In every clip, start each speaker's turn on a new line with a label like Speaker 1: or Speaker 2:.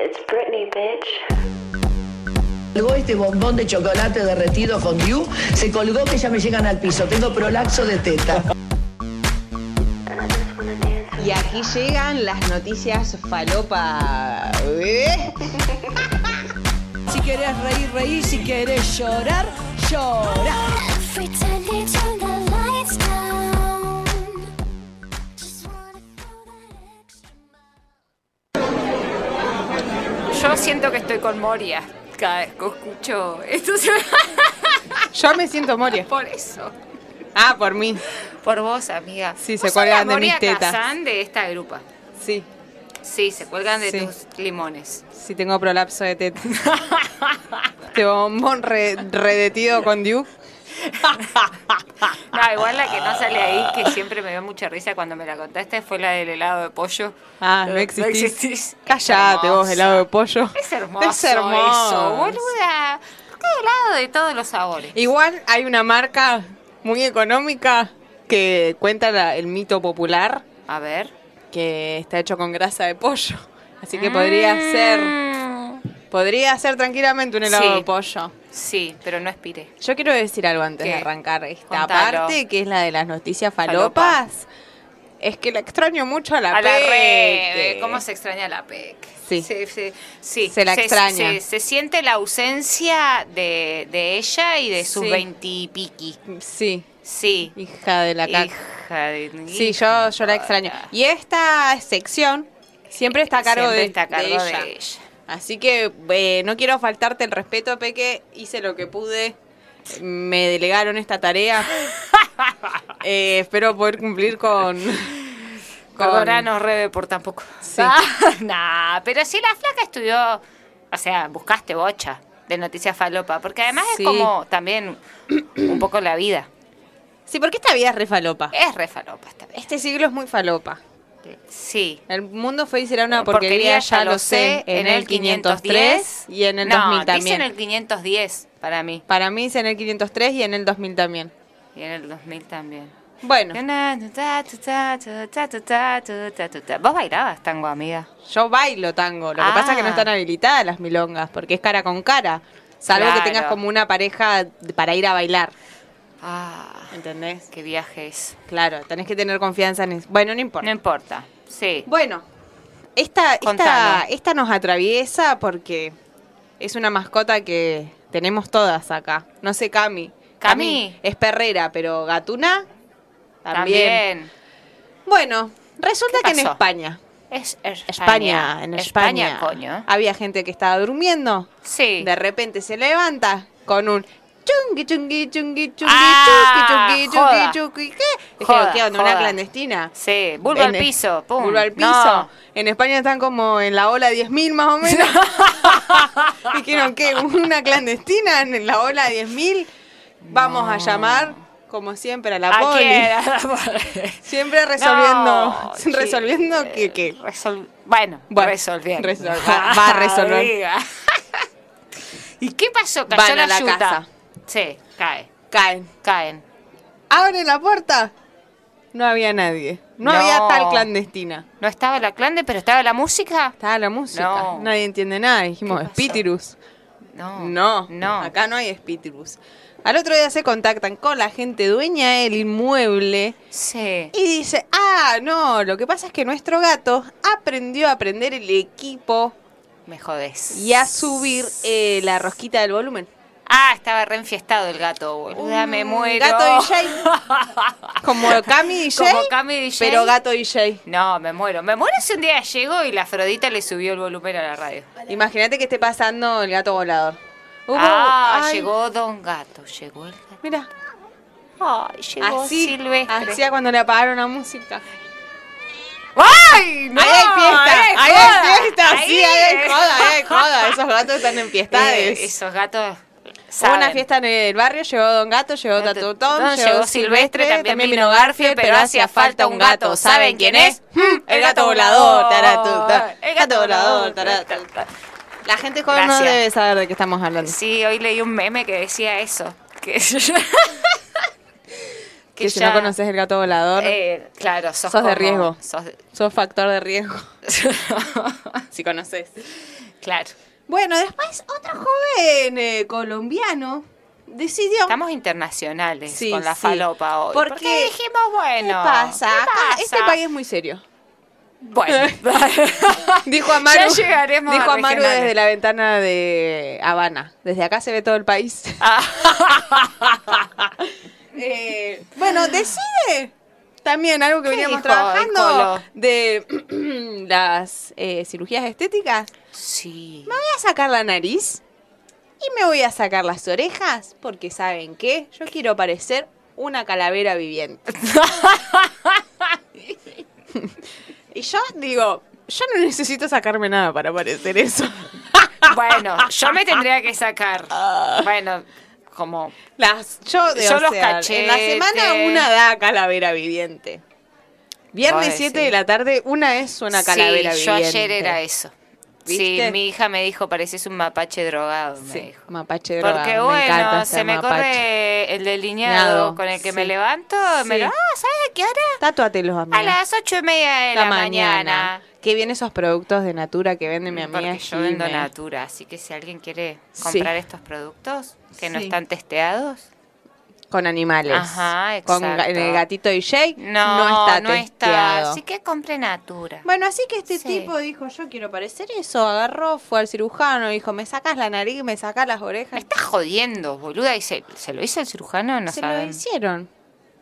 Speaker 1: It's Britney, bitch.
Speaker 2: Colgó este bombón de chocolate derretido con Diu, se colgó que ya me llegan al piso. Tengo prolapso de teta.
Speaker 3: Y aquí llegan las noticias falopa. ¿eh?
Speaker 2: Si querés reír, reír. Si querés llorar, llorar.
Speaker 4: Pretending turn the lights down. Just wanna go that extra mile.
Speaker 5: Yo siento que estoy con Moria cada vez que escucho esto. se-
Speaker 3: Yo me siento Moria.
Speaker 5: Por eso.
Speaker 3: Ah, por mí.
Speaker 5: Por vos, amiga.
Speaker 3: Sí,
Speaker 5: Vos
Speaker 3: se
Speaker 5: sos
Speaker 3: cuelgan
Speaker 5: la
Speaker 3: de mis
Speaker 5: Moria
Speaker 3: tetas.
Speaker 5: Kazan de esta grupa.
Speaker 3: Sí,
Speaker 5: Sí, se cuelgan de
Speaker 3: Sí.
Speaker 5: tus limones.
Speaker 3: sí tengo prolapso de teta. Este bombón re- redetido con Diu.
Speaker 5: No, igual la que no sale ahí, que siempre me dio mucha risa cuando me la contaste, fue la del helado de pollo.
Speaker 3: Ah, no existís. Callate vos, helado de pollo.
Speaker 5: Es hermoso.
Speaker 3: Es hermoso.
Speaker 5: Eso, boluda. ¿Por qué helado de todos los sabores?
Speaker 3: Igual hay una marca muy económica que cuenta la- el mito popular
Speaker 5: A ver.
Speaker 3: que está hecho con grasa de pollo. Así que podría ser,
Speaker 5: Mm.
Speaker 3: podría ser tranquilamente un helado
Speaker 5: Sí.
Speaker 3: de pollo.
Speaker 5: Sí, pero no expire.
Speaker 3: Yo quiero decir algo antes de
Speaker 5: ¿Qué?
Speaker 3: arrancar esta
Speaker 5: Contalo.
Speaker 3: parte, que es la de las noticias falopas. Es que la extraño mucho a la
Speaker 5: a la red.
Speaker 3: Peque.
Speaker 5: ¿Cómo se extraña la PEC?
Speaker 3: Sí.
Speaker 5: Se, se- sí,
Speaker 3: Se la extraña.
Speaker 5: Se, se siente la ausencia de, de ella y de sus
Speaker 3: Sí.
Speaker 5: veintipiqui.
Speaker 3: Sí,
Speaker 5: Sí.
Speaker 3: hija de la caca.
Speaker 5: Hija de...
Speaker 3: Sí, yo, yo la extraño. Y esta sección siempre está a cargo,
Speaker 5: Siempre
Speaker 3: de,
Speaker 5: está a cargo
Speaker 3: de ella.
Speaker 5: de ella.
Speaker 3: Así que eh, no quiero faltarte el respeto, Peque. Hice lo que pude. Me delegaron esta tarea. Eh, espero poder cumplir con... con-
Speaker 5: Perdonanos, Rebe, por tampoco.
Speaker 3: Sí.
Speaker 5: nah, pero sí, la flaca estudió, o sea, buscaste bocha de Noticias Falopa, porque además
Speaker 3: Sí.
Speaker 5: es como también un poco la vida.
Speaker 3: Sí, porque esta vida es re falopa.
Speaker 5: Es re falopa esta vez.
Speaker 3: Este siglo es muy falopa.
Speaker 5: Sí.
Speaker 3: El mundo feliz será una porquería, ya lo sé, en el 503 y en el
Speaker 5: no,
Speaker 3: 2000
Speaker 5: dice en
Speaker 3: también.
Speaker 5: el 510 para mí.
Speaker 3: Para mí es en el 503 y en el 2000 también.
Speaker 5: Y en el 2000 también.
Speaker 3: Bueno,
Speaker 5: Vos bailabas tango, amiga.
Speaker 3: yo bailo tango. Lo que pasa es que no
Speaker 5: Ah.
Speaker 3: están habilitadas las milongas porque es cara con cara. Salvo que
Speaker 5: Claro.
Speaker 3: tengas como una pareja para ir a bailar.
Speaker 5: Ah,
Speaker 3: ¿Entendés?
Speaker 5: qué viaje es.
Speaker 3: Claro, tenés que tener confianza en eso. Bueno, no importa.
Speaker 5: No importa. Sí.
Speaker 3: Bueno, esta, esta,
Speaker 5: Contanos.
Speaker 3: esta nos atraviesa porque es una mascota que tenemos todas acá. No sé, Cami.
Speaker 5: Cami.
Speaker 3: es perrera, pero Gatuna también.
Speaker 5: También.
Speaker 3: Bueno, resulta
Speaker 5: ¿Qué
Speaker 3: que en
Speaker 5: pasó?
Speaker 3: España.
Speaker 5: Es España.
Speaker 3: España, en España,
Speaker 5: coño.
Speaker 3: había gente que estaba durmiendo.
Speaker 5: Sí.
Speaker 3: De repente se levanta con un chungui chungui chungui chungui
Speaker 5: Ah,
Speaker 3: chungui chungui
Speaker 5: joda.
Speaker 3: chungui, ¿Qué? Dije,
Speaker 5: Joda,
Speaker 3: ¿qué onda? Una
Speaker 5: joda.
Speaker 3: clandestina.
Speaker 5: Sí, vulva al
Speaker 3: En-
Speaker 5: piso, pum.
Speaker 3: Vulva al piso.
Speaker 5: No.
Speaker 3: En España están como en la ola 10.000 más o menos. Dijeron que una clandestina en la ola 10.000. Vamos a llamar, como siempre, a la
Speaker 5: ¿A
Speaker 3: poli.
Speaker 5: quién? A la poli.
Speaker 3: Siempre resolviendo,
Speaker 5: No,
Speaker 3: resolviendo
Speaker 5: sí,
Speaker 3: que, que-
Speaker 5: eh, resol- bueno,
Speaker 3: Bueno,
Speaker 5: resolviendo.
Speaker 3: resol- va- va a resolver.
Speaker 5: Amiga. ¿Y qué pasó? Cayó
Speaker 3: Van a
Speaker 5: la,
Speaker 3: la
Speaker 5: yuta.
Speaker 3: casa.
Speaker 5: Sí, cae,
Speaker 3: caen.
Speaker 5: caen.
Speaker 3: Abren la puerta. No había nadie. No,
Speaker 5: No.
Speaker 3: había tal clandestina.
Speaker 5: No estaba la clande, pero estaba la música.
Speaker 3: Estaba la música.
Speaker 5: No.
Speaker 3: Nadie entiende nada. Dijimos,
Speaker 5: ¿Qué pasó?
Speaker 3: Spitirus.
Speaker 5: No.
Speaker 3: No,
Speaker 5: No.
Speaker 3: Acá no hay Spitirus. Al otro día se contactan con la gente dueña del inmueble
Speaker 5: Sí.
Speaker 3: y dice, ah, no, lo que pasa es que nuestro gato aprendió a aprender el equipo
Speaker 5: Me jodés.
Speaker 3: y a subir eh, la rosquita del volumen.
Speaker 5: Ah, estaba reenfiestado el gato, boluda,
Speaker 3: Un
Speaker 5: me muero.
Speaker 3: Mm, Gato DJ. Como Cami DJ.
Speaker 5: Como Cami DJ.
Speaker 3: Pero gato DJ.
Speaker 5: No, me muero. Me muero si un día llego y la Afrodita le subió el volumen a la radio.
Speaker 3: Imagínate que esté pasando el gato volador. Hubo-
Speaker 5: ah,
Speaker 3: ay,
Speaker 5: llegó Don Gato, llegó el gato.
Speaker 3: Mira,
Speaker 5: Ay, llegó
Speaker 3: así,
Speaker 5: Silvestre.
Speaker 3: hacía cuando le apagaron la música.
Speaker 5: ¡Ay! No,
Speaker 3: ahí hay fiesta,
Speaker 5: eh,
Speaker 3: ahí
Speaker 5: joda.
Speaker 3: hay fiesta, sí, ahí hay
Speaker 5: eh.
Speaker 3: joda, ahí hay joda. Esos gatos están en
Speaker 5: Eh,
Speaker 3: fiestades.
Speaker 5: Esos gatos
Speaker 3: Hubo
Speaker 5: saben.
Speaker 3: una fiesta en el barrio, llegó Don Gato, llegó
Speaker 5: Gato-
Speaker 3: Tatutón,
Speaker 5: Don,
Speaker 3: llegó Silvestre, también vino Garfield, pero hacía falta un gato. ¿Saben quién es?
Speaker 5: Hmm,
Speaker 3: El gato volador, taratutá.
Speaker 5: El gato volador,
Speaker 3: taratutá.
Speaker 5: taratutá.
Speaker 3: La gente joven no
Speaker 5: Gracias.
Speaker 3: debe saber de qué estamos hablando.
Speaker 5: Sí, hoy leí un meme que decía eso. Que,
Speaker 3: Que si no conoces el gato volador,
Speaker 5: Eh, claro, sos,
Speaker 3: Sos de
Speaker 5: como-
Speaker 3: riesgo.
Speaker 5: sos de-
Speaker 3: sos factor de riesgo. Si conoces.
Speaker 5: Claro.
Speaker 3: Bueno, después otro joven eh, colombiano decidió...
Speaker 5: Estamos internacionales
Speaker 3: Sí,
Speaker 5: con la
Speaker 3: sí.
Speaker 5: falopa hoy.
Speaker 3: Porque-
Speaker 5: Porque dijimos, bueno.
Speaker 3: ¿Qué pasa?
Speaker 5: ¿qué
Speaker 3: Acá
Speaker 5: pasa?
Speaker 3: Este país es muy serio.
Speaker 5: Bueno.
Speaker 3: Dijo Amaru.
Speaker 5: Ya llegaremos
Speaker 3: dijo
Speaker 5: a
Speaker 3: Amaru
Speaker 5: regionales.
Speaker 3: desde la ventana de Habana. Desde acá se ve todo el país.
Speaker 5: Ah.
Speaker 3: Eh, bueno, decide también algo que
Speaker 5: ¿Qué
Speaker 3: veníamos
Speaker 5: dijo el
Speaker 3: trabajando
Speaker 5: Colo?
Speaker 3: de las eh, cirugías estéticas.
Speaker 5: Sí.
Speaker 3: Me voy a sacar la nariz y me voy a sacar las orejas porque saben qué, yo quiero parecer una calavera viviente. y yo digo, yo no necesito sacarme nada para parecer eso.
Speaker 5: Bueno, yo me tendría que sacar. Bueno, como.
Speaker 3: Las, yo de
Speaker 5: Yo los
Speaker 3: en la semana
Speaker 5: cachetes.
Speaker 3: una da calavera viviente. Viernes
Speaker 5: Vos
Speaker 3: 7
Speaker 5: decís.
Speaker 3: de la tarde, una es una calavera
Speaker 5: sí,
Speaker 3: viviente.
Speaker 5: yo ayer era eso.
Speaker 3: ¿Viste?
Speaker 5: Sí, mi hija me dijo, pareces un mapache drogado, me
Speaker 3: Sí,
Speaker 5: dijo.
Speaker 3: mapache drogado,
Speaker 5: Porque
Speaker 3: me encanta
Speaker 5: bueno,
Speaker 3: ese
Speaker 5: se me
Speaker 3: mapache.
Speaker 5: corre el delineado
Speaker 3: Nado,
Speaker 5: con el que
Speaker 3: sí.
Speaker 5: me levanto. Me
Speaker 3: Sí.
Speaker 5: lo, ah, ¿sabes a qué hora?
Speaker 3: Tatuatelos, amiga.
Speaker 5: A las ocho y media de la, mañana. Mm,
Speaker 3: Qué bien esos productos de Natura que vende mi amiga.
Speaker 5: Porque yo vendo
Speaker 3: Jime.
Speaker 5: Natura, así que si alguien quiere
Speaker 3: Sí.
Speaker 5: comprar estos productos que no
Speaker 3: Sí.
Speaker 5: están testeados,
Speaker 3: Con animales.
Speaker 5: Ajá,
Speaker 3: Con ga-
Speaker 5: exacto.
Speaker 3: el gatito DJ
Speaker 5: no,
Speaker 3: no está
Speaker 5: no
Speaker 3: testeado.
Speaker 5: Así que compre Natura.
Speaker 3: Bueno, así que este
Speaker 5: Sí.
Speaker 3: tipo dijo, yo quiero parecer eso. Agarró, fue al cirujano, dijo, me sacas la nariz, me sacas las
Speaker 5: Me
Speaker 3: orejas.
Speaker 5: está jodiendo, boluda. ¿Y se, se lo hizo el cirujano? No
Speaker 3: Se lo
Speaker 5: saben.
Speaker 3: hicieron.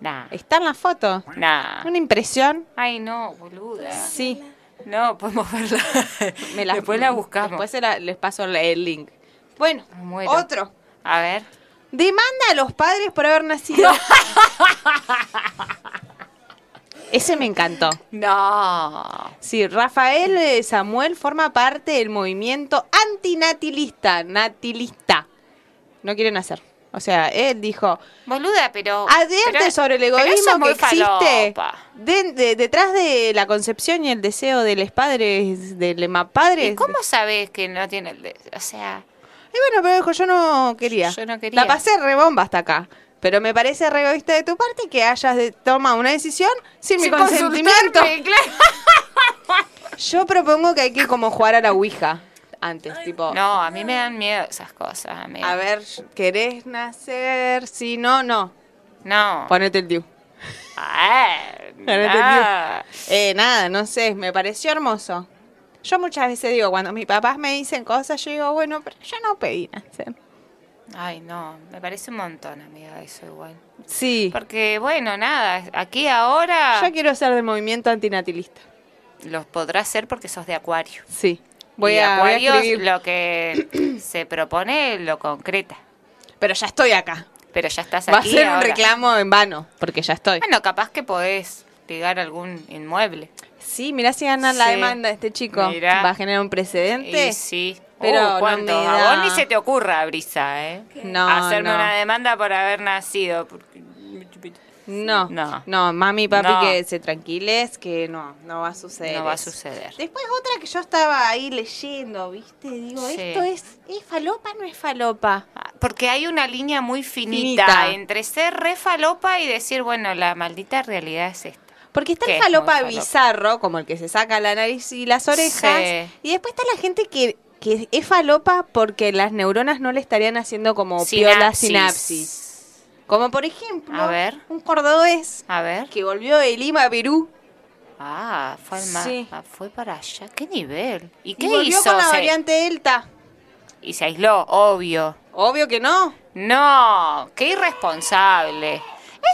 Speaker 5: Nah,
Speaker 3: Está en la foto.
Speaker 5: nah.
Speaker 3: Una impresión.
Speaker 5: Ay, no, boluda.
Speaker 3: Sí.
Speaker 5: No, podemos verla.
Speaker 3: Me las-
Speaker 5: Después la buscamos.
Speaker 3: Después se la- les paso la- el link. Bueno,
Speaker 5: Me muero.
Speaker 3: otro.
Speaker 5: A ver.
Speaker 3: Demanda a los padres por haber nacido. Ese me encantó.
Speaker 5: No.
Speaker 3: Sí, Rafael eh, Samuel forma parte del movimiento antinatilista, natilista. No quieren hacer. O sea, él dijo,
Speaker 5: Boluda, pero.
Speaker 3: advierte
Speaker 5: pero-
Speaker 3: sobre el
Speaker 5: pero eso
Speaker 3: egoísmo
Speaker 5: es muy
Speaker 3: que existe
Speaker 5: falopa.
Speaker 3: de- de- detrás de la concepción y el deseo de los padres, de los padres.
Speaker 5: ¿Y cómo sabes que no tiene el. de- O sea.
Speaker 3: Y bueno, pero dijo, yo no quería.
Speaker 5: Yo no quería.
Speaker 3: La pasé re bomba hasta acá. Pero me parece re egoísta de tu parte que hayas de- tomado una decisión sin, mi consentimiento.
Speaker 5: consultarme, claro.
Speaker 3: Yo propongo que hay que como jugar a la Ouija antes, tipo...
Speaker 5: No, a mí me dan miedo esas cosas, amiga.
Speaker 3: A ver, ¿querés nacer? Si no, no.
Speaker 5: No.
Speaker 3: Ponete el diu.
Speaker 5: Ah,
Speaker 3: Ponete el
Speaker 5: nah.
Speaker 3: diu. Eh, nada, no sé, me pareció hermoso. Yo muchas veces digo, cuando mis papás me dicen cosas, yo digo, bueno, pero yo no pedí nacer.
Speaker 5: Ay, no. Me parece un montón, amiga, eso igual.
Speaker 3: Sí.
Speaker 5: Porque, bueno, nada. Aquí ahora.
Speaker 3: Yo quiero ser del movimiento antinatilista.
Speaker 5: Los podrás hacer porque sos de Acuario.
Speaker 3: Sí. Voy
Speaker 5: y
Speaker 3: a, voy a
Speaker 5: Acuario
Speaker 3: escribir.
Speaker 5: lo que se propone lo concreta.
Speaker 3: Pero ya estoy acá.
Speaker 5: Pero ya estás
Speaker 3: Va a
Speaker 5: aquí
Speaker 3: ser un
Speaker 5: ahora.
Speaker 3: reclamo en vano, porque ya estoy.
Speaker 5: Bueno, capaz que podés ligar algún inmueble.
Speaker 3: Sí, mirá si gana la
Speaker 5: Sí.
Speaker 3: demanda de este chico.
Speaker 5: Mirá.
Speaker 3: Va a generar un precedente.
Speaker 5: Y sí.
Speaker 3: Pero
Speaker 5: Pero
Speaker 3: no
Speaker 5: ¿cuánto?
Speaker 3: me
Speaker 5: a vos
Speaker 3: da.
Speaker 5: ni se te ocurra, Brisa, ¿eh?
Speaker 3: No,
Speaker 5: Hacerme
Speaker 3: no.
Speaker 5: una demanda por haber nacido. porque-
Speaker 3: No,
Speaker 5: No.
Speaker 3: no, mami y papi
Speaker 5: No.
Speaker 3: que se tranquiles, que no, no va a suceder.
Speaker 5: No va a
Speaker 3: eso.
Speaker 5: suceder.
Speaker 3: Después otra que yo estaba ahí leyendo, ¿viste? Digo,
Speaker 5: Sí.
Speaker 3: ¿esto es, es falopa o no es falopa?
Speaker 5: Ah, Porque hay una línea muy finita,
Speaker 3: Finita.
Speaker 5: entre ser re falopa y decir, bueno, la maldita realidad es esta.
Speaker 3: Porque está
Speaker 5: ¿Qué
Speaker 3: el
Speaker 5: es muy
Speaker 3: falopa,
Speaker 5: falopa?
Speaker 3: bizarro, como el que se saca la nariz y las orejas.
Speaker 5: Sí.
Speaker 3: Y después está la gente que, que es falopa porque las neuronas no le estarían haciendo como piola sinapsis. Como por ejemplo,
Speaker 5: A ver.
Speaker 3: un cordobés
Speaker 5: A ver.
Speaker 3: que volvió de Lima a Perú.
Speaker 5: Ah, fue, al ma-
Speaker 3: Sí.
Speaker 5: ah, fue para allá. ¿Qué nivel? ¿Y
Speaker 3: Y
Speaker 5: qué
Speaker 3: volvió
Speaker 5: hizo?
Speaker 3: con la
Speaker 5: Se-
Speaker 3: variante Delta.
Speaker 5: Y se aisló, obvio.
Speaker 3: Obvio que no.
Speaker 5: No, qué irresponsable.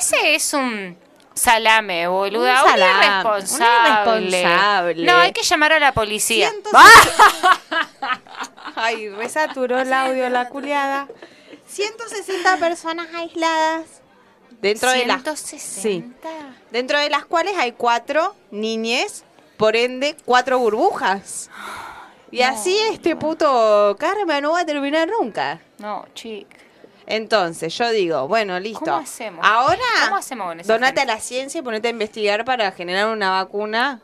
Speaker 5: Ese es un salame,
Speaker 3: Un
Speaker 5: boluda. Un,
Speaker 3: salame,
Speaker 5: irresponsable.
Speaker 3: un irresponsable.
Speaker 5: No, hay que llamar a la policía. ¡Ah!
Speaker 3: 160 Ay, resaturó el audio la culiada. 160 personas aisladas. Dentro de, las,
Speaker 5: 160.
Speaker 3: dentro de las cuales hay cuatro niñes, por ende, cuatro burbujas. Y así este puto karma no va a terminar nunca.
Speaker 5: No, chica.
Speaker 3: Entonces, yo digo, bueno, listo.
Speaker 5: ¿Cómo hacemos?
Speaker 3: Ahora,
Speaker 5: ¿Cómo hacemos con esa
Speaker 3: donate
Speaker 5: gente?
Speaker 3: a la ciencia y ponete a investigar para generar una vacuna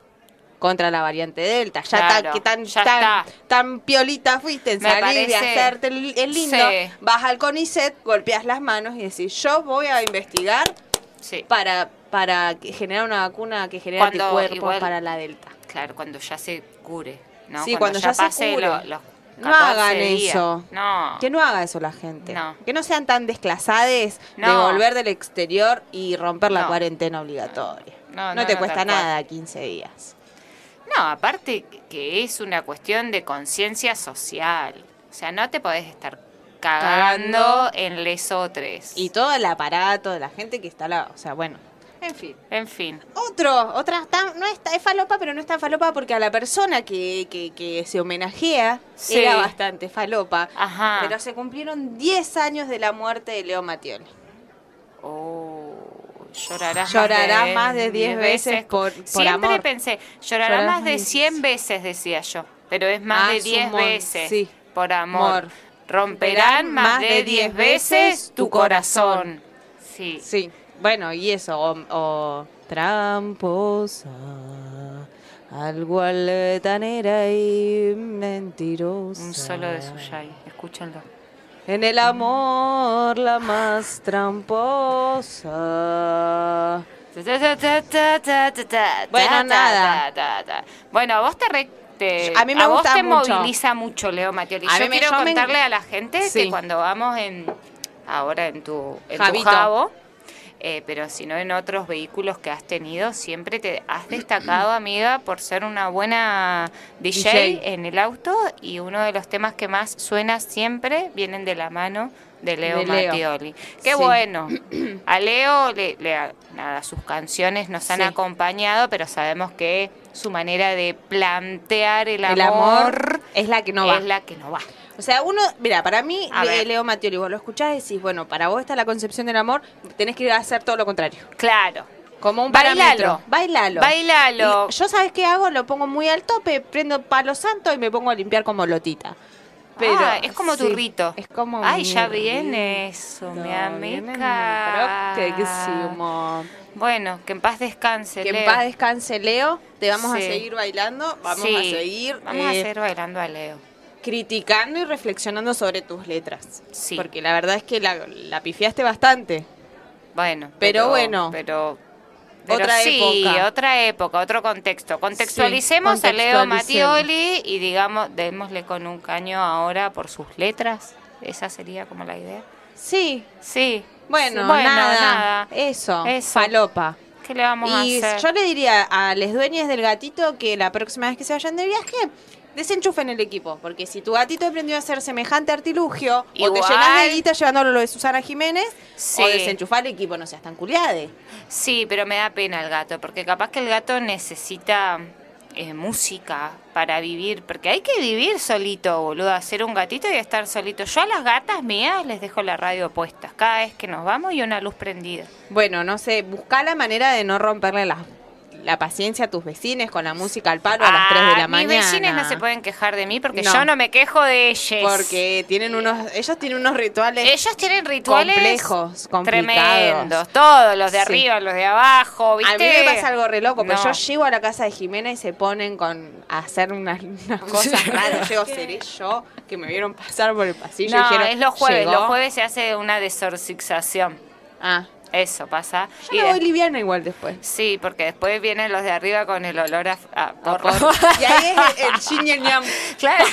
Speaker 3: contra la variante Delta. Ya
Speaker 5: Claro,
Speaker 3: tan- que tan,
Speaker 5: ya
Speaker 3: tan,
Speaker 5: está.
Speaker 3: tan piolita fuiste en
Speaker 5: Me
Speaker 3: salir y
Speaker 5: parece-
Speaker 3: hacerte el, el lindo.
Speaker 5: Sí.
Speaker 3: Vas al CONICET, golpeas las manos y decís, yo voy a investigar
Speaker 5: Sí.
Speaker 3: para, para que- generar una vacuna que genere
Speaker 5: Cuando
Speaker 3: anticuerpos
Speaker 5: igual-
Speaker 3: para la Delta.
Speaker 5: Claro, cuando ya se cure. ¿no?
Speaker 3: Sí, cuando ya se
Speaker 5: pase
Speaker 3: cure.
Speaker 5: lo- los-
Speaker 3: No hagan
Speaker 5: 14 días.
Speaker 3: eso.
Speaker 5: No.
Speaker 3: Que no haga eso la gente.
Speaker 5: No.
Speaker 3: Que no sean tan desclasades de
Speaker 5: No.
Speaker 3: volver del exterior y romper la
Speaker 5: No.
Speaker 3: cuarentena obligatoria.
Speaker 5: No,
Speaker 3: No,
Speaker 5: no,
Speaker 3: te
Speaker 5: no,
Speaker 3: cuesta
Speaker 5: tal cual.
Speaker 3: nada 15 días.
Speaker 5: No, aparte que es una cuestión de conciencia social. O sea, no te podés estar cagando,
Speaker 3: Cagando.
Speaker 5: en lesotres.
Speaker 3: Y todo el aparato de la gente que está la. O sea, bueno. En fin.
Speaker 5: En fin.
Speaker 3: Otro, otra tan- no está, es falopa, pero no es tan falopa porque a la persona que, que- que se homenajea
Speaker 5: Sí.
Speaker 3: era bastante falopa.
Speaker 5: Ajá.
Speaker 3: Pero se cumplieron 10 años de la muerte de Leo Mattioli.
Speaker 5: Oh, llorarás,
Speaker 3: Llorarás
Speaker 5: más
Speaker 3: más
Speaker 5: de
Speaker 3: de
Speaker 5: 10
Speaker 3: 10 veces por- por
Speaker 5: Siempre
Speaker 3: amor.
Speaker 5: pensé, llorarás
Speaker 3: Llorarás
Speaker 5: más de 100 veces, decía yo. Pero es más
Speaker 3: Ah,
Speaker 5: de 10
Speaker 3: sumón,
Speaker 5: veces
Speaker 3: sí.
Speaker 5: por amor.
Speaker 3: Amor.
Speaker 5: Romperán más de 10 veces tu corazón. Sí.
Speaker 3: Sí, bueno, y eso, o, o tramposa, algo altanera y mentirosa.
Speaker 5: Un solo de Suyai, escúchenlo.
Speaker 3: En el amor la más tramposa.
Speaker 5: Ta, ta, ta, ta, ta, ta, ta,
Speaker 3: Bueno,
Speaker 5: ta, ta,
Speaker 3: nada.
Speaker 5: ta, ta. Bueno, a vos te, re- te-
Speaker 3: A mí me
Speaker 5: vos
Speaker 3: gusta
Speaker 5: te
Speaker 3: mucho.
Speaker 5: moviliza mucho, Leo Matioli.
Speaker 3: A
Speaker 5: Yo
Speaker 3: mí me-
Speaker 5: quiero
Speaker 3: yo me-
Speaker 5: contarle a la gente que
Speaker 3: Sí.
Speaker 5: cuando vamos en ahora en tu, en tu
Speaker 3: Javito.
Speaker 5: jabo, eh, pero si no en otros vehículos que has tenido, siempre te has destacado, amiga, por ser una buena DJ,
Speaker 3: DJ.
Speaker 5: en el auto y uno de los temas que más suena siempre vienen de la mano de Leo
Speaker 3: De Leo.
Speaker 5: Mattioli. Qué
Speaker 3: Sí.
Speaker 5: bueno. A Leo, le, le- nada, sus canciones nos han
Speaker 3: Sí.
Speaker 5: acompañado, pero sabemos que su manera de plantear el amor,
Speaker 3: el amor es la que no va.
Speaker 5: es la que no va.
Speaker 3: O sea, uno, mira, para mí,
Speaker 5: A
Speaker 3: Le-
Speaker 5: ver.
Speaker 3: Leo Mattioli, vos lo escuchás y decís, bueno, para vos está la concepción del amor, tenés que ir a hacer todo lo contrario.
Speaker 5: Claro.
Speaker 3: Como un
Speaker 5: Bailalo.
Speaker 3: parámetro. Bailalo.
Speaker 5: Bailalo.
Speaker 3: Y yo, ¿sabes qué hago? Lo pongo muy al tope, prendo palo santo y me pongo a limpiar como lotita. Pero,
Speaker 5: Ah, es como tu
Speaker 3: sí,
Speaker 5: rito.
Speaker 3: Es como.
Speaker 5: Ay,
Speaker 3: mi
Speaker 5: ya viene
Speaker 3: rito,
Speaker 5: eso, mi
Speaker 3: viene
Speaker 5: amiga.
Speaker 3: mi próximo.
Speaker 5: Bueno, que en paz descanse.
Speaker 3: Que en
Speaker 5: Leo.
Speaker 3: paz descanse, Leo. Te vamos a
Speaker 5: Sí.
Speaker 3: seguir bailando. Vamos
Speaker 5: Sí,
Speaker 3: a seguir
Speaker 5: Vamos a
Speaker 3: eh,
Speaker 5: seguir bailando a Leo.
Speaker 3: criticando y reflexionando sobre tus letras.
Speaker 5: Sí.
Speaker 3: Porque la verdad es que la, la pifiaste bastante.
Speaker 5: Bueno,
Speaker 3: Pero bueno.
Speaker 5: pero, pero
Speaker 3: Otra
Speaker 5: sí,
Speaker 3: época.
Speaker 5: otra época, otro contexto. Contextualicemos a Leo
Speaker 3: contextualicemos.
Speaker 5: Mattioli y digamos, démosle con un caño ahora por sus letras. Esa sería como la idea.
Speaker 3: Sí.
Speaker 5: Sí.
Speaker 3: Bueno,
Speaker 5: Sí,
Speaker 3: nada, Eso,
Speaker 5: Eso.
Speaker 3: Falopa.
Speaker 5: ¿Qué le vamos
Speaker 3: Y
Speaker 5: a hacer?
Speaker 3: yo le diría a los dueños del gatito que la próxima vez que se vayan de viaje, desenchufen el equipo. Porque si tu gatito aprendió a hacer semejante artilugio, o
Speaker 5: Igual.
Speaker 3: te llenas de guita llevándolo lo de Susana Jiménez,
Speaker 5: Sí.
Speaker 3: o desenchufá el equipo, no seas tan culiade.
Speaker 5: Sí, pero me da pena el gato, porque capaz que el gato necesita eh, música para vivir, porque hay que vivir solito, boludo, hacer un gatito y estar solito. Yo a las gatas mías les dejo la radio puesta, cada vez que nos vamos y una luz prendida.
Speaker 3: Bueno, no sé, busca la manera de no romperle la, la paciencia a tus vecinos con la música al palo a las 3 de
Speaker 5: Ah,
Speaker 3: la mañana.
Speaker 5: Mis vecinos no se pueden quejar de mí porque
Speaker 3: No.
Speaker 5: yo no me quejo de ellos.
Speaker 3: Porque tienen unos, ellos tienen unos rituales.
Speaker 5: ellos tienen rituales
Speaker 3: Complejos, complicados.
Speaker 5: tremendos, todos, los de
Speaker 3: Sí.
Speaker 5: arriba, los de abajo, ¿viste?
Speaker 3: A mí me pasa algo re loco, pero
Speaker 5: No.
Speaker 3: yo llego a la casa de Jimena y se ponen con a hacer unas, unas cosas raras. Llego, seré yo que me vieron pasar por el pasillo y
Speaker 5: No,
Speaker 3: dijeron,
Speaker 5: es los jueves,
Speaker 3: "Llegó".
Speaker 5: los jueves se hace una desorcización.
Speaker 3: Ah,
Speaker 5: Eso pasa.
Speaker 3: yo me
Speaker 5: de-
Speaker 3: voy liviana igual después.
Speaker 5: Sí, porque después vienen los de arriba con el olor a, a porro.
Speaker 3: y ahí es el yin y el yang.
Speaker 5: claro.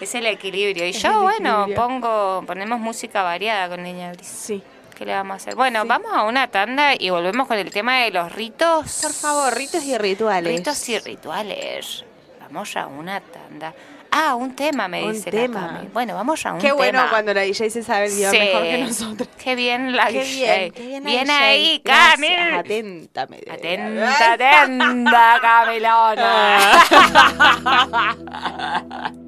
Speaker 5: es el equilibrio. Y yo,
Speaker 3: el
Speaker 5: bueno,
Speaker 3: equilibrio.
Speaker 5: pongo, ponemos música variada con Niña Gris.
Speaker 3: Sí.
Speaker 5: ¿Qué le vamos a hacer? Bueno, vamos a una tanda y volvemos con el tema de los ritos.
Speaker 3: Por favor, ritos y rituales.
Speaker 5: Ritos y rituales. Vamos a una tanda. Ah, un tema, me
Speaker 3: Un
Speaker 5: dice la
Speaker 3: tema.
Speaker 5: Cami. Bueno, vamos a un
Speaker 3: Qué
Speaker 5: tema.
Speaker 3: bueno cuando la DJ se sabe el guión
Speaker 5: Sí.
Speaker 3: mejor que nosotros.
Speaker 5: Qué bien la
Speaker 3: Qué
Speaker 5: DJ.
Speaker 3: bien, qué bien, la DJ.
Speaker 5: ahí,
Speaker 3: Gracias,
Speaker 5: Cami.
Speaker 3: Aténtame. de
Speaker 5: Atenta,
Speaker 3: verdad.
Speaker 5: atenta, Camilona.